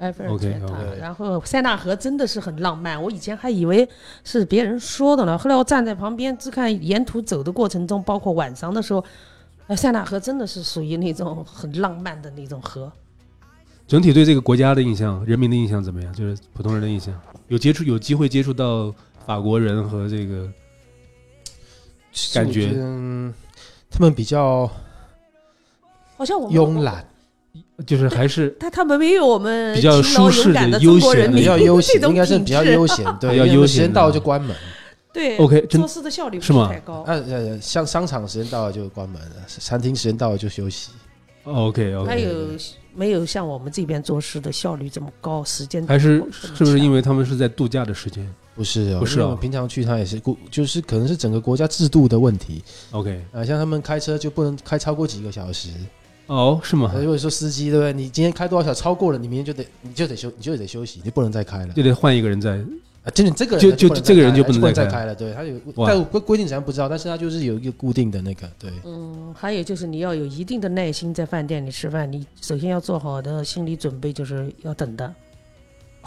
埃菲尔铁
OK，OK
塔
对，
然后塞纳河真的是很浪漫，我以前还以为是别人说的呢，后来我站在旁边，只看沿途走的过程中，包括晚上的时候，呃，塞纳河真的是属于那种很浪漫的那种河。
整体对这个国家的印象、人民的印象怎么样？就是普通人的印象，有接触、有机会接触到法国人和这个
其实
感
我
觉
得嗯他们比较
好像我们
慵懒，
就是还是
但他们没有我们
比较
勤
舒
劳
适
勇敢
的
的
悠
中国
闲
人
的
民
比较悠闲
这，种
应该是
品
比较
质
悠闲，对，
比较
因为
悠
时
闲
间到了
的
就关门。
对
OK，真
做事的效率不
是吗
太高。
啊，呃，像商场时间到了就关门了，餐厅时间到了就休息。
OK
还
OK，
有没有像我们这边做事的效率这么高？时间
还是
这么
是不是
长
因为他们是在度假的时间
不是哦，
不是
因为
哦
我们平常去他也是故，就是可能是整个国家制度的问题
？OK，
啊，像他们开车就不能开超过几个小时，
哦，是吗
那？如果说司机对不对？你今天开多少小时超过了，你明天就得你就得休，你就得休息，你不能再开了。
就得换一个人在
啊，真的这个
就
人
就
不能再
这个人就
开了
不能
不能
再
再
开
开了。对，他有
哇
但规规定咱不知道，但是他就是有一个固定的那个对。
嗯，还有就是你要有一定的耐心，在饭店里吃饭，你首先要做好的心理准备，就是要等的。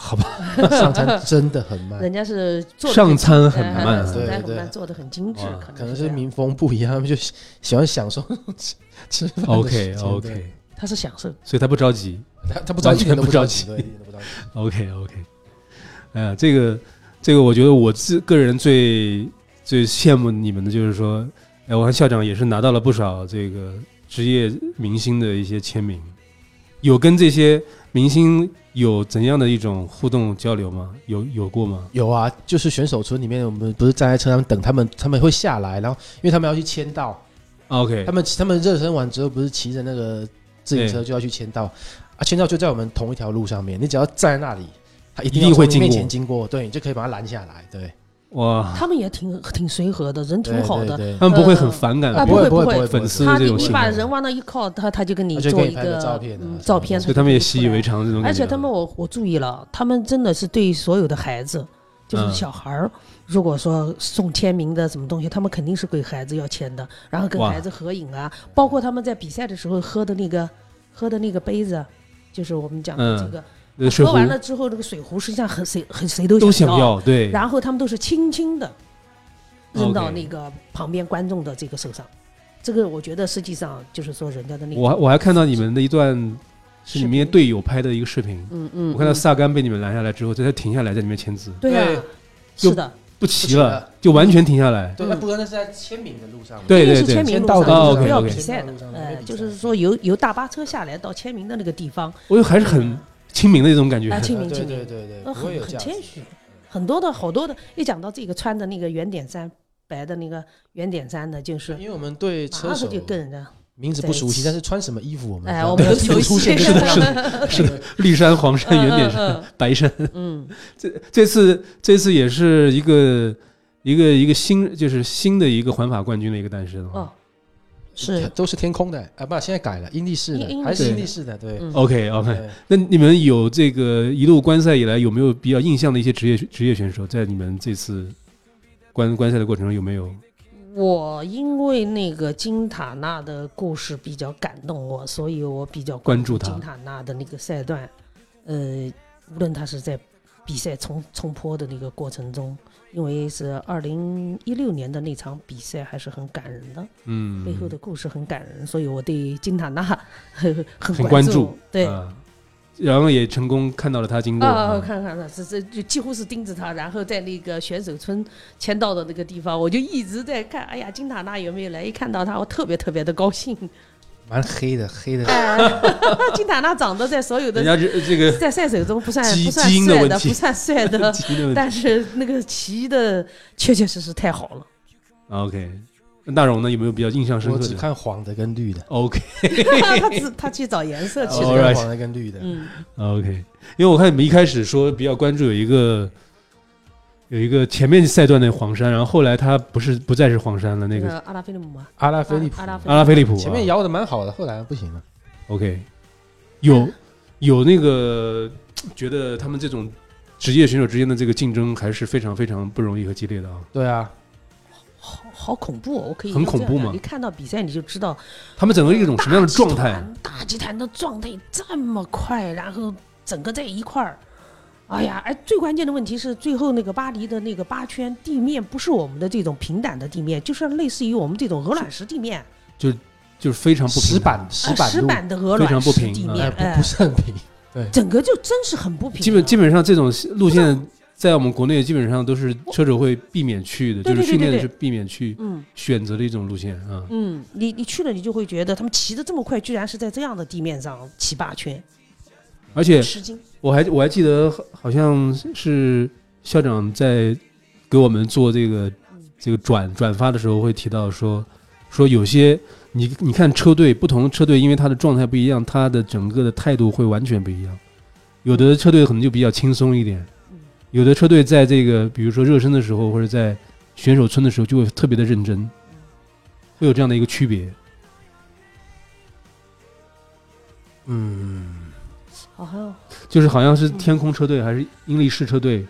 上餐真的很 慢，
人家是做得
上餐
很
很
精
慢啊
哎，
对
上餐很
对
慢，做的很精致
哇，
可
可能
能
是
这样
民风不一样，他们就喜喜欢享受吃吃饭的时间。
OK
对
OK，
他是享
啊
受。
所以他不着急。
他他不着
完
急，
全
一点都
不
不着
着
急，
急
对，一点都不着急。
OK OK，哎呀，这个这个，我觉得我自个人最最羡慕你们的就是说，哎，我看校长也是拿到了不少这个职业明星的一些签名，有跟这些明星有怎样的一种互动交流吗？有有过吗？
有啊，就是选手村里面，我们不是站在车上等他们，他们会下来，然后因为他们要去签到，
OK，
他们他们热身完之后，不是骑着那个自行车
对
就要去签到啊？签到就在我们同一条路上面，你只要站在那里，他一
一定
要
会经
从你面
过
前经过，对，你就可以把他拦下来，对，
哇，
他们也挺挺随和的，人挺
对
好
对
的。
对
他们不会很反感
啊
吗，
不会
不
不会
不会
粉丝
他
这
你
种啊
你
行
把
为，
人往那一靠，他他就跟你
他就
做
给你
一
拍个照片啊
嗯
什
照
么
片
的
什
所
么
以他们也
就
习
出
以
来
为常这种感觉。啊
而且他们我我注意了，他们真的是对所有的孩子，就是
嗯
小孩儿，如果说送签名的什么东西，他们肯定是给孩子要签的，然后跟
哇
孩子合影啊，包括他们在比赛的时候喝的那个喝的那个杯子啊，就是我们讲的这
嗯
个，
呃水
喝完
壶
了之后这个水壶实际上很谁很谁都
都
想
想要，对，
然后他们都是轻轻的扔到
OK
那个旁边观众的这个手上，这个我觉得实际上就是说人家的那个
我还我还看到你们的一段是你们一个队友拍的一个视频。
嗯嗯，
我看到
嗯
萨甘被你们拦下来之后，他停下来在里面签字，
对啊，
就是
的，
不骑
不骑
了
了，
就完全停下来。
对，
嗯
那不过那是在签名的路上嘛。
对
一定
对
是
对哦
签名
先
路
到
上
的
的，
路上
不要
先
比赛
到
的
路上，嗯没
呃，
比
就是
赛
说由由大巴车下来到签名的那个地方，
我就还是很亲民的一种感觉。
啊亲
啊
民
对
亲
对
民，
对对，
呃，
不
很
会有这
很
样
谦
子。
虚，很多的好多的，一讲到这个穿的那个圆点衫，白的那个圆点衫的，就是
因为我们对哎车
马
手
上
嗯
就跟人家，
名字不熟悉，但是穿什么衣服我们
哎，
知道
我们
但
都
是衣
熟
服出
悉
现， 就是
是的，绿山、黄山、圆点山、
山，
白山。
嗯，
这这次这次也是一个一个一个新，就是新的一个环法冠军的一个诞生啊。
哦 是，
都是天空的啊，不，现在改了，英力士
英
的，
英
还是
力
英
士
力士的，对。
嗯
OK OK，
对
那你们有这个一路观赛以来有没有比较印象的一些职业职业选手，在你们这次观观赛的过程中有没有？
我因为那个金塔纳的故事比较感动我，所以我比较
关注他
嗯金塔纳的那个赛段。呃，无论他是在比赛冲冲坡的那个过程中，因为是二零一六年的那场比赛还是很感人的，
嗯，
背后的故事很感人，所以我对金塔纳 很
很关
关
注，
对。
啊然后也成功看到了他经过。
啊，我
啊
看看了，这这就几乎是盯着他，然后在那个选手村签到的那个地方，我就一直在看，哎呀，金塔纳有没有来？一看到他，我特别特别的 高兴。
蛮黑的，黑的。
哎，金塔纳长得在所有
人
的
家这这 个
在赛手中不算
基
不算
基因的
帅
问
的，
题
不算帅的，
基因的问题
嗯 但是那个骑的确确实实太好 了。
啊 OK，那大荣呢有没有比较印象深
我
刻
只
的
看黄的跟绿的，
？OK
他只他去找颜色
我
去
只
了。
Alright
看黄的跟绿的。
嗯，
OK，因为我看你们一开始说比较关注有一个有一个前面赛段的黄山，然后后来他不是不再是黄山了，那个
阿拉菲利姆嘛，
阿拉菲利普
阿，拉菲
阿拉菲利普啊、
嗯前面摇的蛮好的，后来不行了。
OK，有有那个觉得他们这种职业选手之间的这个竞争还是非常非常不容易和激烈的啊。
对啊，
好好恐怖哦，我可以
很
用这
恐怖
样
吗
的一看到比赛你就知道
他们整个一种什么样的状 态？
大集团的状态这么快，然后整个在一块儿，哎呀，哎，最关键的问题是最后那个巴黎的那个八圈地面不是我们的这种平坦的地面，就是类似于我们这种鹅卵石地面，
就是非常不平
石
衡
板石
呃
板
石
路，
板的鹅
非常
卵
不
石
平
地
嗯
面
哎，不
哎
不，是很平。
整个就真是很不平啊。
基本基本上这种路线在我们国内基本上都是车手会避免去的，
对
就是
对对
训练
对
是避免去
嗯
选择的一种路线啊。
嗯，你你去了你就会觉得他们骑得这么快，居然是在这样的地面上骑八圈，
而且
吃惊。
我还我还记得好好像是校长在给我们做这个这个转转发的时候会提到说说有些你你看车队不同的车队，因为他的状态不一样，他的整个的态度会完全不一样。有的车队可能就比较轻松一点，有的车队在这个比如说热身的时候或者在选手村的时候就会特别的认真，会有这样的一个区别。
嗯，
好像
就是好像是天空车队还是英力士车队，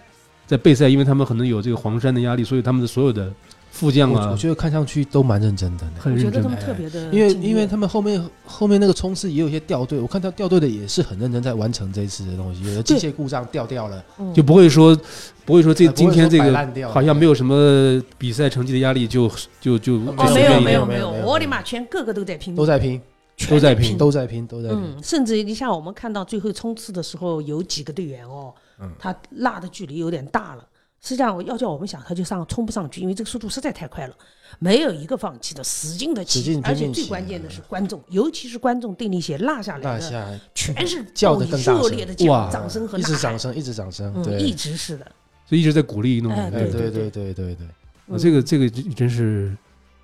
在备赛，因为他们可能有这个黄山的压力，所以他们的所有的副将
我
啊
我，觉得看上去都蛮认真的呢。
很
我觉
认
得
真哎
他。们特别嗯的敬
因
业，
为因为他们后面后面那个冲刺也有一些掉队，我看到掉队的也是很认真在完成这一次的东西，有的机械故障掉掉了，
嗯
就不会说不会说这
呃
今天这
不会
个
说摆烂掉了
好像没有什么比赛成绩的压力，就就就
哦
就
哦，
随
没
便
有
一
没
点
有没有，
没有没有
我的妈，全个个都在拼
都
命，
在拼，
都在拼
拼，
都在拼，都在拼。
嗯，甚至你像我们看到最后冲刺的时候，有几个队员哦，
嗯
他落的距离有点大了。实际上，我要叫我们想，他就上冲不上去，因为这个速度实在太快了，没有一个放弃的，使劲的
使劲
骑
拼，
而且
命
最
骑
关键的是观众，尤其是观众对那些落下来
那
的，
下嗯
全是
叫
报
得
以
更大
热
声
烈的
哇
叫、掌声和
哎一
呐
直掌
喊，
声，一直掌声，
嗯，一
对，
直是的，
就一直在鼓励那种
哎
感
哎
觉。
对
对
对对对对，
啊这
嗯
个这个真是，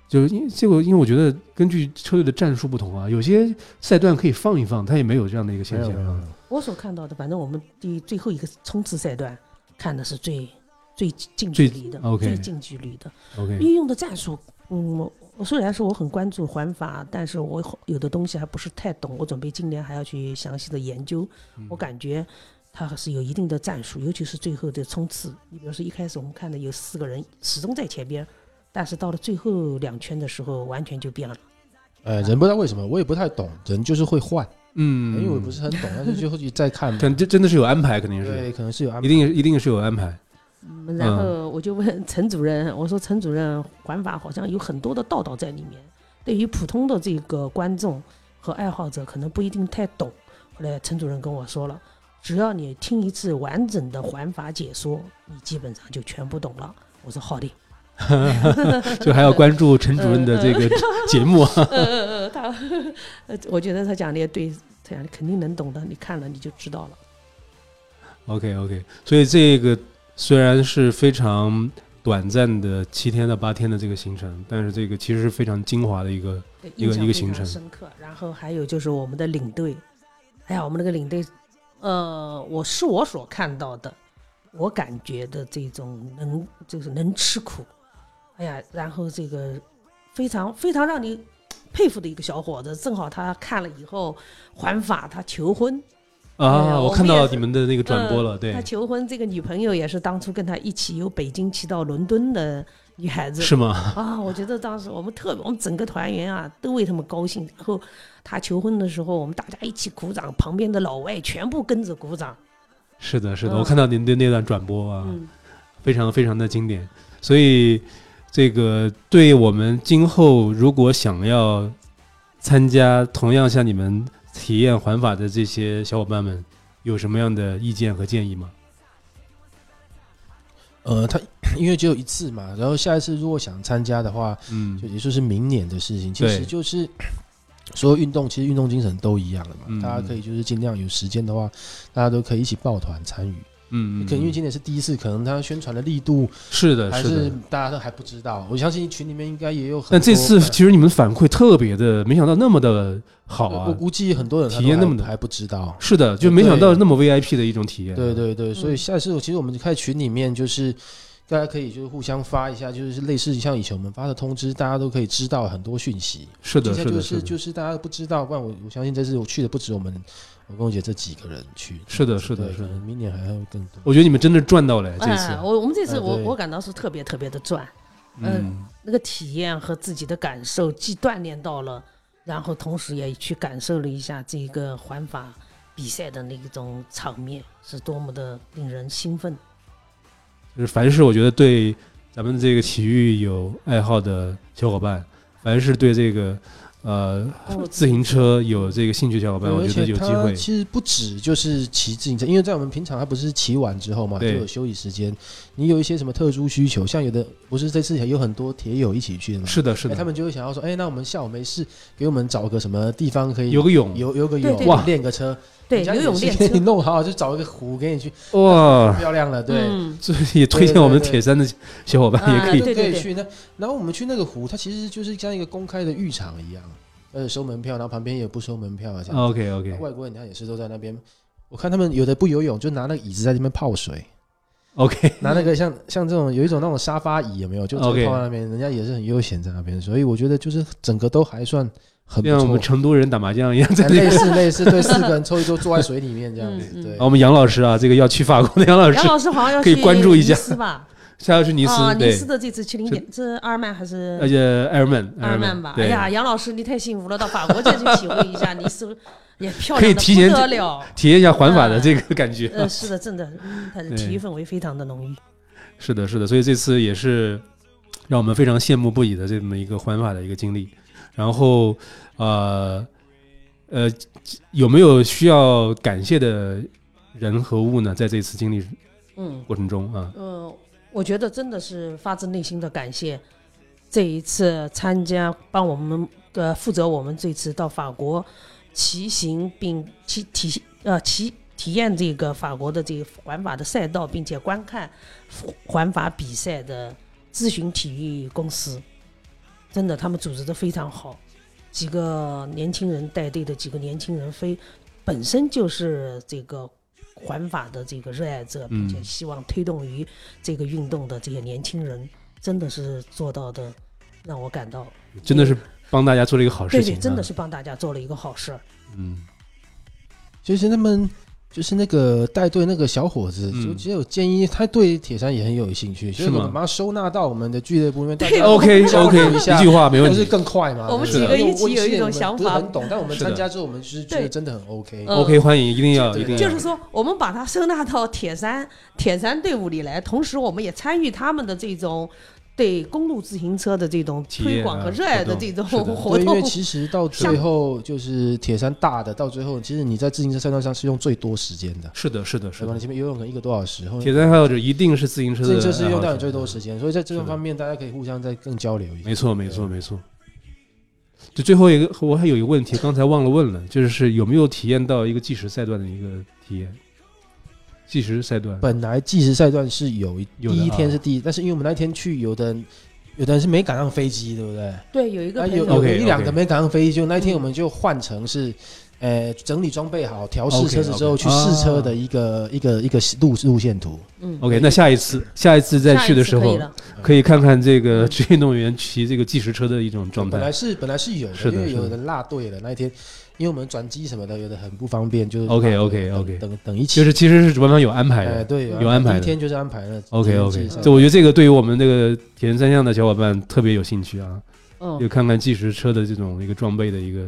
就是因这个，因为我觉得根据车队的战术不同啊，有些赛段可以放一放，他也没有这样的一个现象
没有没有没
啊
有。
我所看到的，反正我们第最后一个冲刺赛段看的是最最近
最
距离的，
OK
最近距离的。
OK，
运用的战术，嗯，我我虽然说我很关注环法，但是我好有的东西还不是太懂，我准备今年还要去详细的研究。我感觉它还是有一定的战术，尤其是最后的冲刺。你比如说一开始我们看的有四个人始终在前边，但是到了最后两圈的时候完全就变了。
呃，人不知道为什么，我也不太懂，人就是会换，
嗯，
因哎为我不是很懂，但是就会再 看嘛，
可能这真的是有安排，肯定是
对，可能是有安
一
排。
定一定是有安排。
嗯然后我就问陈主任，我说陈主任，环法好像有很多的道道在里面，对于普通的这个观众和爱好者可能不一定太懂，后来陈主任跟我说了，只要你听一次完整的环法解说，你基本上就全部懂了。我说好的，
就还要关注陈主任的这
嗯
个 节目啊。
呃呃呃，他，呃我觉得他讲的也对，他讲的肯定能懂的，你看了你就知道了。
OK OK，所以这个虽然是非常短暂的七天到八天的这个行程，但是这个其实是非常精华的一个
对
一个
印象
一个
非
行
常
程
深刻。然后还有就是我们的领队，哎呀，我们那个领队，呃，我是我所看到的，我感觉的这种能就是能吃苦，哎呀，然后这个非常非常让你佩服的一个小伙子，正好他看了以后环法，他求婚，对
啊，
我
我看
们也嗯
到
是
你们的那个转播了，对
他，求婚这个女朋友也是当初跟他一起由北京骑到伦敦的女孩子，
是吗？
啊，我觉得当时我们特别，我们整个团员啊都为他们高兴。然后他求婚的时候，我们大家一起鼓掌，旁边的老外全部跟着鼓掌。
是的，是的，
嗯
我看到您的那段转播啊，
嗯，
非常非常的经典。所以，这个对我们今后如果想要参加同样像你们体验环法的这些小伙伴们，有什么样的意见和建议吗？
呃，他 因为只有一次嘛，然后下一次如果想参加的话，
嗯
就也就是明年的事情。其
对
实就是所有运动，其实运动精神都一样的嘛。
嗯
大家可以就是尽量有时间的话，大家都可以一起抱团参与。
嗯，嗯
可能因为
嗯
今年是第一次，可能他宣传的力度
是的，
还
是的
是。大家都还不知道。我相信群里面应该也有很多。
但这次
呃
其实你们反馈特别的，没想到那么的好
我
啊！
估计很多人他
体验
都还
那么的
还不知道。
是的，就没想到那么 VIP 的一种体验。啊
对，对对，所以
嗯
下次我其实我们开群里面就是。大家可以就是互相发一下，就是类似于像以前我们发的通知，大家都可以知道很多讯息。
是的，
现
是
在就
的，
是
的，
就是大家不知道，不然我我相信这次我去的不止我们，我跟我姐这几个人去，
是的，是的，
对
是
可能
的。
明年还会更多。
我觉得你们真的赚到了这次啊
哎，，我我们这次
哎
我、
对
我感到是特别特别的赚，
嗯，
那个体验和自己的感受既锻炼到了，然后同时也去感受了一下这个环法比赛的那一种场面是多么的令人兴奋。
就是凡是我觉得对咱们这个体育有爱好的小伙伴，凡是对这个呃
哦
自行车有这个兴趣的小伙伴，我
而
觉得
且
有机
它
会。
其实不止就是骑自行车，因为在我们平常它不是骑完之后嘛，就
对
有休息时间。你有一些什么特殊需求，像有的不是这次也有很多铁友一起去的嘛，
是的，是
哎他
的，
们就会想要说，哎，那我们下午没事，给我们找个什么地方可以
游个泳，
游游个
对
泳，
对
哇
练个车，
对，
人家
游泳
也
练
是给
车，
你弄好，就找一个湖给你去，
哇！
漂亮了，对。
嗯
这也推荐我们
对对对
铁三的小伙伴也可以
啊对
都可以去那。然后我们去那个湖，它其实就是像一个公开的浴场一样，呃，收门票，然后旁边也不收门票啊，这样。
OK 哦 OK
外国人他也是都在那边，我看他们有的不游泳，就拿那个椅子在那边泡水，
嗯
OK，
拿那个像像这种有一种那种沙发椅有没有？就
OK
只泡在那边，人家也是很悠闲在那边，所以我觉得就是整个都还算很不
像我们
错。
成都人打麻将一样，在
哎
这
类似类似，对，四个人凑一桌坐在水里面这样子
嗯，嗯
对
啊，。我们杨老师啊，这个要去法国的杨老师
杨，老师好像 要
可以
去
关注一下
尼斯吧？
下要去尼斯
啊，，尼
对，
斯的这次去零点，这阿尔曼还是
而且埃尔曼，
阿尔曼吧？哎
对，
呀，杨老师你太幸福了，到法国再去体会一下尼斯， 也漂
可以
亮的
提前
不得了。
体验一下环法的这个感觉。
呃， 是的，真的，嗯它的
对
体育氛围非常的浓郁。
是的，是的，所以这次也是让我们非常羡慕不已的这么一个环法的一个经历。然后，呃，呃，有没有需要感谢的人和物呢？在这次经历
嗯，
过程中啊，
呃，我觉得真的是呃发自内心的感谢这一次参加帮我们呃负责我们这次到法国骑行并骑体呃骑体验这个法国的这个环法的赛道，并且观看环法比赛的咨询体育公司，真的他们组织的非常好，几个年轻人带队的几个年轻人非本身就是这个。环法的这个热爱者，并且
嗯
希望推动于这个运动的这些年轻人，真的是做到的，让我感到
真的是帮大家做了一个好事
对
情、
对，
啊，
真的是帮大家做了一个好事儿。
嗯，
就是他们就是那个带队那个小伙子，
嗯
就只有建议他对铁山也很有兴趣，所以
是吗
我们把他收纳到我们的俱乐部里面。大
对
家
OK
交流
OK，
一下
一句话没问
就是
题。
更快嘛。
我们
几
对
个
一起
因为
有一
我以前
种
我们
想
不是
法
很懂，但我们
是的
参加之后，我们就是觉得
对
真的很 OK。
嗯
OK，欢迎，一定要，
对
一定
就
要
是，说，我们把它收纳到铁山铁山队伍里来，同时我们也参与他们的这种对公路自行车的这种
体
推
验
广
啊
和热爱的
活动
这种
是的
活
对，因为
动，
其实到最后就是铁三大的，到最后其实你在自行车赛道上是用最多时间的，
是的，是的，是
是吧？
的
你。前面游泳可能一个多小时，后面
铁三爱好者一定是自行车的
自
爱好
行
者，
车是用到你最多时
间。
间，所以在这
是
种
的
方面，大家可以互相再更交流一下。
没错，没错，没错。就最后一个，我还有一个问题，刚才忘了问了，就是有没有体验到一个计时赛段的一个体验？计时赛段，
本来计时赛段是有一
有的
第一天
啊
是第一，但是因为我们那天去，有的人有的人是没赶上飞机，对不对？
对，有一个
啊，
朋
有
友，嗯
有
OK，OK
一两个没赶上飞机，就那一天我们就换成是，呃，整理装备好，调试
OK，OK 啊
车子之后去试车的一个一个一个路路线图。
嗯
OK，那下一次，下一次再去的时
下一次可以
候，
了
嗯
可以看看这个职业运动员骑这个计时车的一种状
本来
态。
是本来是有的，
是的
因为
是的
有人落队了那一天，因为我们转机什么的，有的很不方便，就是
OK，OK，
等
OK
等等一起，
就是其实是完全有安排
哎
的。
对，
有安排的
第一天就是安排了。
OK
第
OK，
一天
这我觉得这个对于我们这个铁人三项的小伙伴特别有兴趣啊，
嗯
就，看看计时车的这种一个装备的一个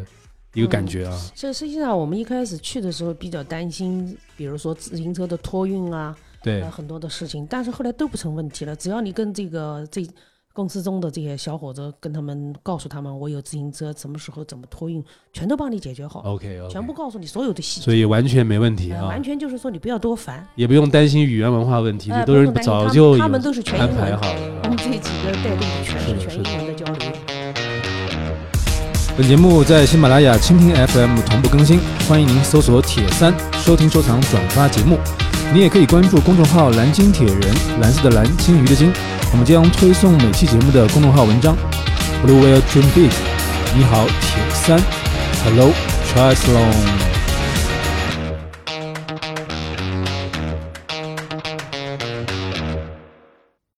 一个感觉啊。
这实际上我们一开始去的时候比较担心，比如说自行车的托运啊，
对
呃，很多的事情，但是后来都不成问题了。只要你跟这个这公司中的这些小伙子，跟他们告诉他们我有自行车，什么时候怎么托运，全都帮你解决好，
哦，OK OK，
全部告诉你所有的细节，
所以完全没问题
呃
啊，
完全就是说你不要多烦。
也不用担心语言文化问题，
哎
这都是
不用担心
早
他
就有
他们都是全英
安
文
排好了
我们
啊。
这几个带队全
是
是
的
全
是的
英文的交流。
本节目在喜马拉雅、蜻蜓 FM 同步更新，欢迎您搜索“铁三”收听、收藏、转发节目。你也可以关注公众号“蓝鲸铁人”，蓝色的蓝，鲸鱼的鲸。我们将推送每期节目的公众号文章。Blue Whale Dream Big，你好，铁三。Hello，Triathlon。